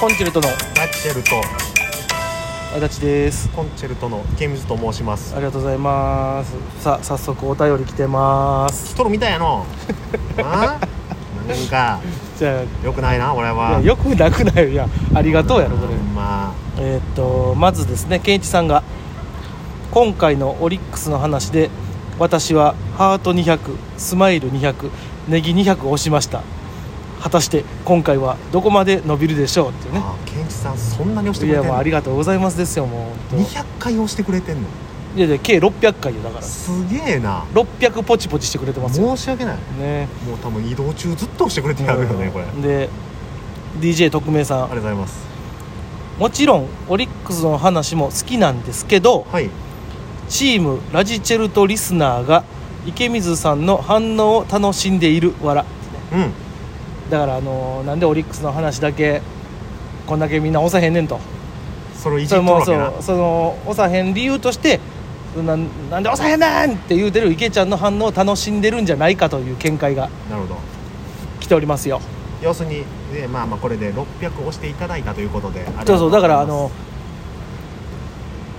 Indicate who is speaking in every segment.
Speaker 1: コンチェルトの
Speaker 2: ラッチェルト
Speaker 1: 足立です
Speaker 2: コンチェルトの池水と申します
Speaker 1: ありがとうございますさあ早速お便り来てます
Speaker 2: しとるみたい やのあなんか
Speaker 1: じゃ
Speaker 2: よくないな俺
Speaker 1: あ
Speaker 2: はい
Speaker 1: やよくなくないよいやありがとうやろこれ
Speaker 2: ほんま
Speaker 1: えーっとまずですね健一さんが今回のオリックスの話で私はハート200スマイル200ネギ200を押しました果たして今回はどこまで伸びるでしょうっていうね
Speaker 2: あケンチさんそんなに押して
Speaker 1: い
Speaker 2: くれ
Speaker 1: や
Speaker 2: てん
Speaker 1: もう
Speaker 2: の
Speaker 1: ありがとうございますですよもう本
Speaker 2: 200回押してくれてんの
Speaker 1: 当いやいや計600回よだから
Speaker 2: すげえな
Speaker 1: 600ポチポチしてくれてますよ
Speaker 2: 申し訳ない
Speaker 1: ね
Speaker 2: もう多分移動中ずっと押してくれてやるよねこれあり
Speaker 1: で DJ 特命さ
Speaker 2: がと
Speaker 1: ん
Speaker 2: うございます
Speaker 1: もちろんオリックスの話も好きなんですけど
Speaker 2: はい
Speaker 1: チームラジチェルトリスナーが池水さんの反応を楽しんでいる笑
Speaker 2: うん
Speaker 1: だからあのーなんでオリックスの話だけこんだけみんな押さへんねんと
Speaker 2: それをいじ
Speaker 1: そ
Speaker 2: っ
Speaker 1: れ
Speaker 2: とる
Speaker 1: も
Speaker 2: わ
Speaker 1: そ
Speaker 2: けな
Speaker 1: うその押さへん理由としてそんななんで押さへんねんって言うてる池ちゃんの反応を楽しんでるんじゃないかという見解が
Speaker 2: なるほど
Speaker 1: 来ておりますよ
Speaker 2: 要するに、ね、まあまあこれで600押していただいたということでありがと
Speaker 1: そうそう
Speaker 2: ござ
Speaker 1: だ
Speaker 2: います
Speaker 1: からあの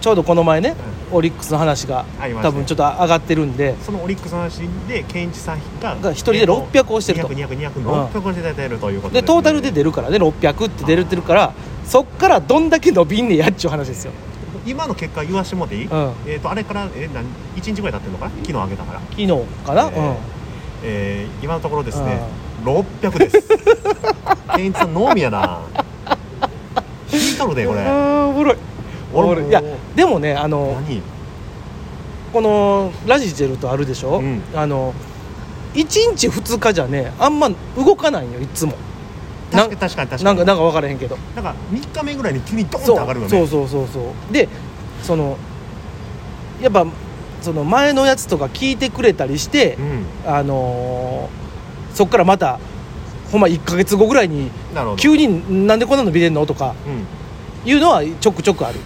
Speaker 1: ちょうどこの前ね、オリックスの話が
Speaker 2: ありました
Speaker 1: 多分ちょっと上がってるんで
Speaker 2: そのオリックスの話でケンイチさんが
Speaker 1: が一人で600押してると
Speaker 2: 200200押していただいてるということ
Speaker 1: でトータルで出
Speaker 2: る
Speaker 1: るからね600って出るってるからそっからどんだけ伸びんねやっちゅう話ですよ
Speaker 2: 今の結果言わしてもらっていい、
Speaker 1: ん
Speaker 2: えー、とあれから、えー、何1日ぐらい経ってるのかな昨日上げたから、
Speaker 1: 昨日かな、
Speaker 2: えーえー、今のところですね600です ケンイチさんのみやな引いとるで
Speaker 1: うん
Speaker 2: これ
Speaker 1: あーおもろいおもろいいやでもねあの
Speaker 2: 何
Speaker 1: このラジジェルとあるでしょ、
Speaker 2: うん
Speaker 1: あの1日2日じゃねあんま動かないんよいつもな
Speaker 2: 確
Speaker 1: ん
Speaker 2: かに確かに確か
Speaker 1: なん
Speaker 2: に
Speaker 1: かなんか分からへんけど
Speaker 2: なんか3日目ぐらいに急にドーンと
Speaker 1: そう
Speaker 2: 上がるよね
Speaker 1: そうそうそうそうでそのやっぱその前のやつとか聞いてくれたりして、
Speaker 2: うん、
Speaker 1: あのーそっからまたほんま1か月後ぐらいに
Speaker 2: なるほど、
Speaker 1: 急になんでこんなの見れんのとか
Speaker 2: うん、
Speaker 1: いうのはちょくちょくある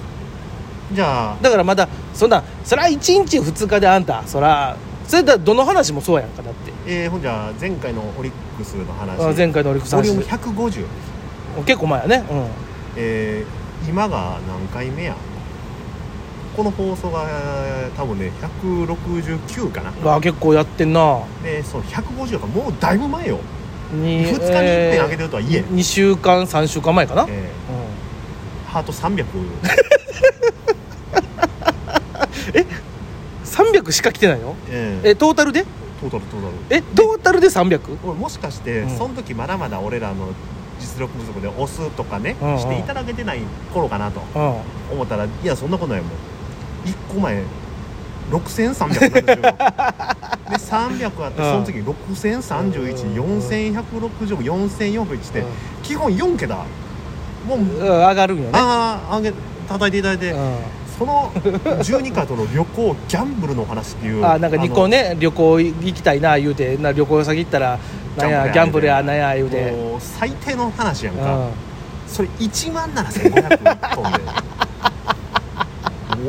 Speaker 2: じゃあ
Speaker 1: だからまだそんなそら1日2日であんたそらそれだどの話もそうやんかだって
Speaker 2: えー、ほんじゃあ前回のオリックスの話
Speaker 1: あ前回のオリックス
Speaker 2: ボリューム
Speaker 1: 話
Speaker 2: 150、
Speaker 1: 結構前やね
Speaker 2: えー、今が何回目やこの放送が多分ね169かな
Speaker 1: うんわあ結構やってんな
Speaker 2: でその150やからもうだいぶ前よ
Speaker 1: に
Speaker 2: 2日に1点上げてるとはいえ
Speaker 1: え2週間3週間前かな、
Speaker 2: えーハート300
Speaker 1: うん、300しか来てないの
Speaker 2: えー
Speaker 1: えトータルで
Speaker 2: トータルトータル
Speaker 1: えトータルで 300?
Speaker 2: 俺もしかして、
Speaker 1: うん
Speaker 2: その時まだまだ俺らの実力不足で押すとかね、
Speaker 1: うんうん
Speaker 2: していただけてない頃かなと
Speaker 1: うん
Speaker 2: 思ったらいやそんなことないもん1個前6370 で300あって
Speaker 1: うん
Speaker 2: その時6031416464 4461って
Speaker 1: うん
Speaker 2: 基本4桁もう、
Speaker 1: うん上がるんよね
Speaker 2: ああ上げ叩いていただいて、その12回との旅行ギャンブルのお話っていう
Speaker 1: あなんか2個
Speaker 2: ね
Speaker 1: ね旅行行きたいな言うてな旅行先行ったらなんやギャンブルやなんや言うて
Speaker 2: もう最低の話やん
Speaker 1: う
Speaker 2: か、
Speaker 1: ん
Speaker 2: それ1万7500飛んで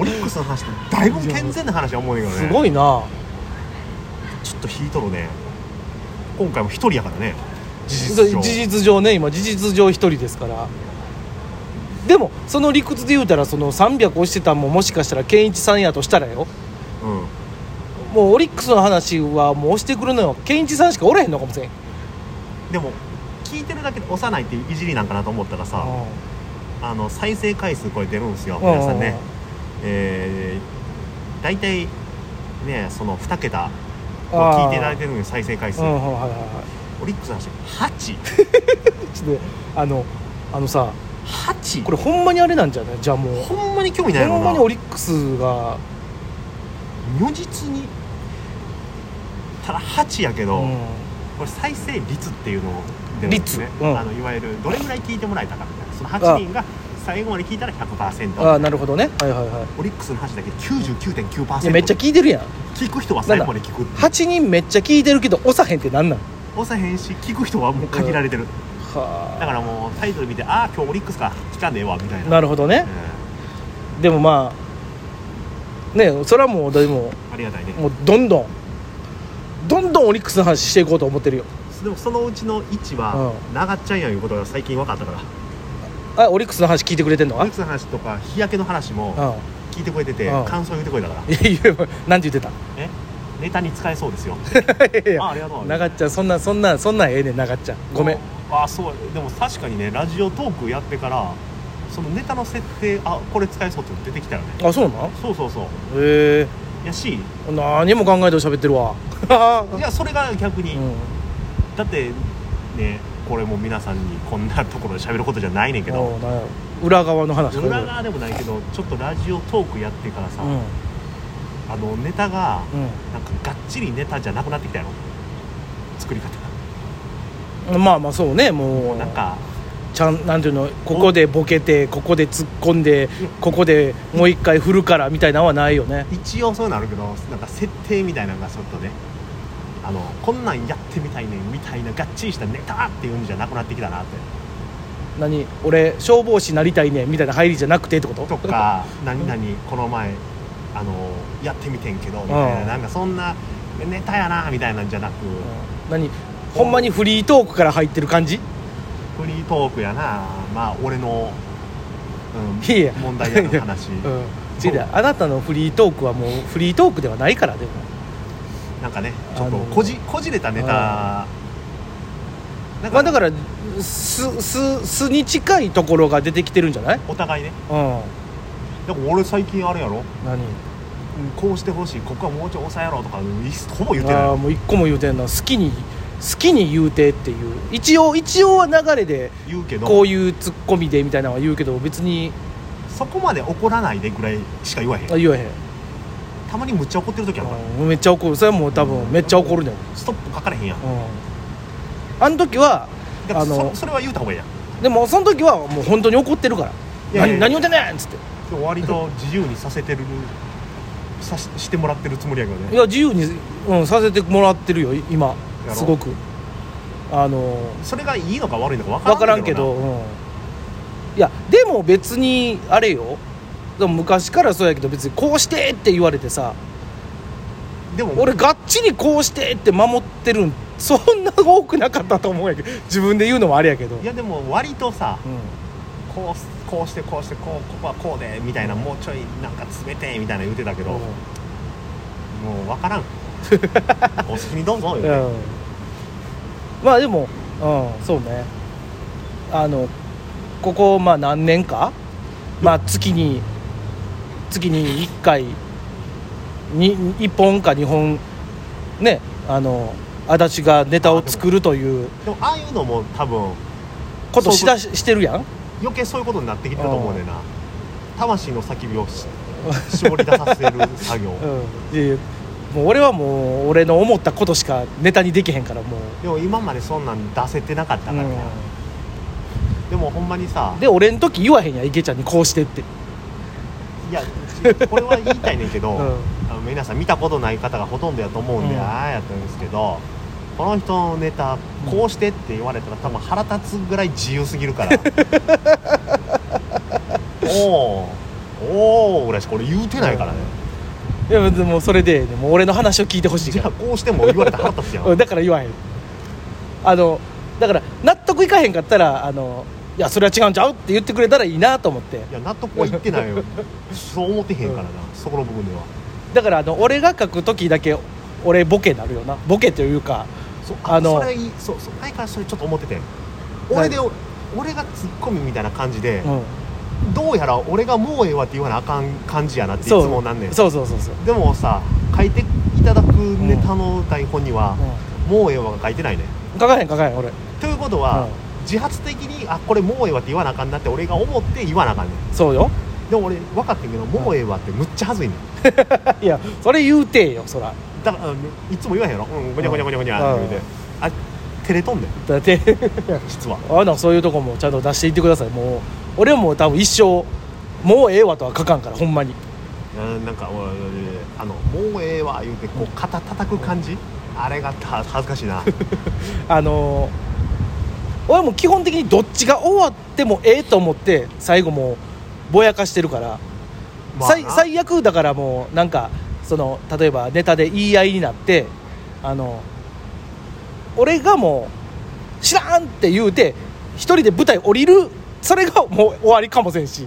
Speaker 2: オリックスの話ってだいぶ健全な話は思うよね
Speaker 1: すごいな
Speaker 2: ちょっと引いとるね今回も一人やからね事
Speaker 1: 事
Speaker 2: 実上
Speaker 1: 実上ね今事実上一人ですからでもその理屈で言うたらその300押してたんももしかしたら健一さんやとしたらよ
Speaker 2: うん
Speaker 1: もうオリックスの話はもう押してくるのは健一さんしかおらへんのかもしれん
Speaker 2: でも聞いてるだけで押さないっていういじりなんかなと思ったらさあの再生回数これ出るんですよ皆さんねえー、大体ねその2桁を聞いていただいてるのに再生回数
Speaker 1: うんうんうん
Speaker 2: オ
Speaker 1: はいはいは
Speaker 2: リックスの話8
Speaker 1: いちょっとねあのあのさ
Speaker 2: 8
Speaker 1: これほんまにあれなんじゃないじゃあもう
Speaker 2: ほんまに興味ない
Speaker 1: ほ
Speaker 2: の
Speaker 1: んまに
Speaker 2: な
Speaker 1: オリックスが
Speaker 2: 如実にただ8やけど、
Speaker 1: うん
Speaker 2: これ再生率っていうのを出るんですね、
Speaker 1: 率うん
Speaker 2: あのいわゆるどれぐらい聞いてもらえたかみたいなその8人が最後まで聞いたら
Speaker 1: ああ
Speaker 2: 100%
Speaker 1: なるほどねはいはいはい
Speaker 2: オリックスの話だけで99.9%
Speaker 1: いやめっちゃ聞いてるやん
Speaker 2: 聞く人は最後まで聞くって
Speaker 1: 8人めっちゃ聞いてるけど押さへんってなんなん
Speaker 2: 押さへんし聞く人はもう限られてる、だ
Speaker 1: は
Speaker 2: からもうタイトル見てああ今日オリックスか聞かねえわみたい
Speaker 1: あ
Speaker 2: な
Speaker 1: なるほどね
Speaker 2: う
Speaker 1: でもまあねそれはもうでも
Speaker 2: んありがたいね
Speaker 1: もうどんどんどんどんオリックスの話していこうと思ってるよ
Speaker 2: でもそのうちの1は長っちゃんやいうことが最近分かったから
Speaker 1: あオリックスの話聞いてくれてんの
Speaker 2: オ
Speaker 1: か
Speaker 2: リックスの話とか日焼けの話も
Speaker 1: う
Speaker 2: 聞いてくれてて
Speaker 1: うん
Speaker 2: 感想言ってこいだから
Speaker 1: んいやいやなんて言ってた
Speaker 2: えネタに使えそうですよ
Speaker 1: いやい
Speaker 2: あ
Speaker 1: や
Speaker 2: ありがとう
Speaker 1: 長っちゃんそんなそんなそんなんええねん長っちゃんごめん
Speaker 2: ああそうでも確かにねラジオトークやってからそのネタの設定あこれ使えそうっていうの出てきたよね
Speaker 1: あそうなん
Speaker 2: そうそうそう
Speaker 1: へえ
Speaker 2: やし
Speaker 1: 何も考えて喋ってるわ
Speaker 2: いやそれが逆に、
Speaker 1: うん
Speaker 2: だってねこれも皆さんにこんなところで喋ることじゃないねんけ
Speaker 1: お
Speaker 2: ど
Speaker 1: うなんや裏側の話
Speaker 2: 裏側でもないけどちょっとラジオトークやってからさ、
Speaker 1: うん
Speaker 2: あのネタが
Speaker 1: う
Speaker 2: なんかがっちりネタじゃなくなってきたよ作り方
Speaker 1: んまあまあそうねもう
Speaker 2: なんか
Speaker 1: ちゃんなんていうのここでボケてここで突っ込んでここでもう一回振るからみたいなのはないよね
Speaker 2: 一応そういうのあるけどなんか設定みたいなのがちょっとねあのこんなんやってみたいねんみたいながっちりしたネタっていうんじゃなくなってきたなって
Speaker 1: 何俺消防士なりたいねみたいな入りじゃなくてってこと
Speaker 2: とか何々この前あのやってみてんけどみたいな
Speaker 1: うん
Speaker 2: なんかそんなネタやなみたいなんじゃなく
Speaker 1: うん何ほんまにフリートークから入ってる感じ
Speaker 2: フリートークやなまあ俺の、うん、
Speaker 1: いや
Speaker 2: 問題やの話
Speaker 1: うん違うであなたのフリートークはもうフリートークではないからでも
Speaker 2: なんかねちょっ
Speaker 1: あ
Speaker 2: と
Speaker 1: の
Speaker 2: こじこじれたネタなん
Speaker 1: ま
Speaker 2: か
Speaker 1: あだからすすすに近いところが出てきてるんじゃない
Speaker 2: お互いね
Speaker 1: うん
Speaker 2: だから俺最近あれやろ
Speaker 1: 何
Speaker 2: うんこうしてほしいここはもうちょい抑えろとかいっほぼ言って
Speaker 1: ああ
Speaker 2: ない
Speaker 1: もう一個も言うてんな好きに好きに言うてっていう一応一応は流れで
Speaker 2: 言うけど
Speaker 1: こういうツッコミでみたいなのは言うけど別に
Speaker 2: そこまで怒らないでぐらいしか言わへん
Speaker 1: あ言わへん
Speaker 2: たまにむっちゃ怒ってる時あるから
Speaker 1: うんめっちゃ怒るそれはもう多分めっちゃ怒るねんう
Speaker 2: ストップかかれへんやん
Speaker 1: んあの時は
Speaker 2: だから
Speaker 1: あの
Speaker 2: そそれは言うた方がいいやん
Speaker 1: でもその時はもう本当に怒ってるから
Speaker 2: いやいやいや
Speaker 1: 何何言うてんねんっつって
Speaker 2: 今日 割と自由にさせてるさししてもらってるつもりやけど
Speaker 1: い
Speaker 2: ね
Speaker 1: や自由に、うん、させてもらってるよ今
Speaker 2: やろ
Speaker 1: すごくあの
Speaker 2: それがいいのか悪いのか
Speaker 1: 分
Speaker 2: 分
Speaker 1: か
Speaker 2: から
Speaker 1: ら
Speaker 2: ん
Speaker 1: ん
Speaker 2: け
Speaker 1: けど、
Speaker 2: どな
Speaker 1: うん、いやでも別にあれよでも昔からそうやけど別にこうしてって言われてさ
Speaker 2: でも
Speaker 1: 俺がっちりこうしてって守ってるんそんな多くなかったと思うんやけど自分で言うのもあれやけど
Speaker 2: いやでも割とさ
Speaker 1: う
Speaker 2: こうすこうしてこうしてこうここはこうでみたいなもうちょいなんか詰めてみたいな言うてたけど
Speaker 1: ん
Speaker 2: もう分からん お好きにどうぞ言う
Speaker 1: う
Speaker 2: て
Speaker 1: ん、うんまあでも、うん、そうねあのここまあ何年か、まあ、月に月に1回に1本か2本ねあの足立がネタを作るという
Speaker 2: でもああいうのも多分
Speaker 1: ことしだししてるやん
Speaker 2: 余計そういうことになってきてると思うねんな魂の叫びをし 絞り出させる作業
Speaker 1: うん、いやいやもう俺はもう俺の思ったことしかネタにできへんからもう、
Speaker 2: でも今までそんなん出せてなかったからなでもほんまにさ
Speaker 1: うんで俺の時言わへんやん池ちゃんにこうしてって、
Speaker 2: いやちこれは言いたいねんけど、
Speaker 1: うん
Speaker 2: あの皆さん見たことない方がほとんどやと思うんで、
Speaker 1: うん
Speaker 2: ああやったんですけどこの人のネタこうしてって言われたら多分腹立つぐらい自由すぎる からおーおお俺しこれ言うてないからね、
Speaker 1: いやでもそれでええねんもう俺の話を聞いてほしい
Speaker 2: じ
Speaker 1: か
Speaker 2: ゃ
Speaker 1: ら
Speaker 2: あこうしても言われたら腹立つや ん
Speaker 1: うんだから言わへんあのだから納得いかへんかったらあのいやそれは違うんちゃうって言ってくれたらいいなと思って
Speaker 2: いや納得は言っ てないよそう思ってへんからな、そこの部分では
Speaker 1: だからあの俺が書く時だけ俺ボケになるよなボケというか
Speaker 2: そあ
Speaker 1: あの
Speaker 2: それいいそうそう前からそれちょっと思ってて俺で俺がツッコミみたいな感じで、
Speaker 1: うん
Speaker 2: どうやら俺がもうええわって言わなあかん感じやなっていつ
Speaker 1: そう
Speaker 2: もなんねん
Speaker 1: そうそうそうそう、
Speaker 2: でもさ書いていただくネタの台本には、
Speaker 1: う
Speaker 2: もうええわが書いてないね
Speaker 1: ん、書かへん書かへん俺
Speaker 2: ということ
Speaker 1: う
Speaker 2: は、
Speaker 1: ん
Speaker 2: 自発的にあこれもうええわって言わなあかんなって俺が思って言わなあかんねん
Speaker 1: そうよ
Speaker 2: でも俺分かってんけどもうええわってむっちゃはずいねん
Speaker 1: いやそれ言うてえよそら
Speaker 2: だからうんいつも言わへんやろ、うん、ごにゃごにゃごにゃごにゃって言うて
Speaker 1: うん
Speaker 2: あ照れとんねん
Speaker 1: だって
Speaker 2: 実は
Speaker 1: あのそういうとこもちゃんと出していってくださいもう俺はもう多分一生もうええわとは書かんからほんまに
Speaker 2: うんなんかおいおいおいあのもうええわ言うてこう肩叩く感じ、あれがた恥ずかしいな
Speaker 1: あのー俺も基本的にどっちが終わってもええと思って最後もうぼやかしてるから、
Speaker 2: まあ
Speaker 1: 最
Speaker 2: な
Speaker 1: 最悪だからもうなんかその例えばネタで言い合いになってあの俺がもう知らんって言うて一人で舞台降りるそれがもう終わりかもせんし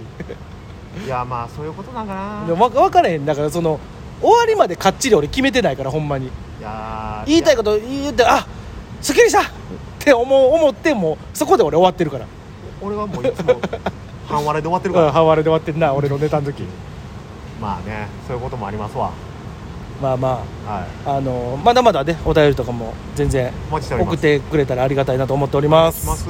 Speaker 2: いやまあそういうことなんかな
Speaker 1: でも分分からへんだからその終わりまでかっちり俺決めてないからほんまに
Speaker 2: いやー
Speaker 1: 言いたい
Speaker 2: や
Speaker 1: こと言ってあすっきりしたって思う思ってもうそこで俺終わってるから
Speaker 2: 俺はもういつも半笑いで終わってるか
Speaker 1: うん
Speaker 2: ら
Speaker 1: ハワレで終わってんな俺のネタの時
Speaker 2: まあねそういうこともありますわ
Speaker 1: まあま
Speaker 2: は
Speaker 1: ああのまだまだねお便りとかも全然
Speaker 2: いお待ちしており
Speaker 1: 送
Speaker 2: ま
Speaker 1: っ
Speaker 2: す
Speaker 1: てくれたらありがたいなと思っており
Speaker 2: お願
Speaker 1: ま
Speaker 2: いします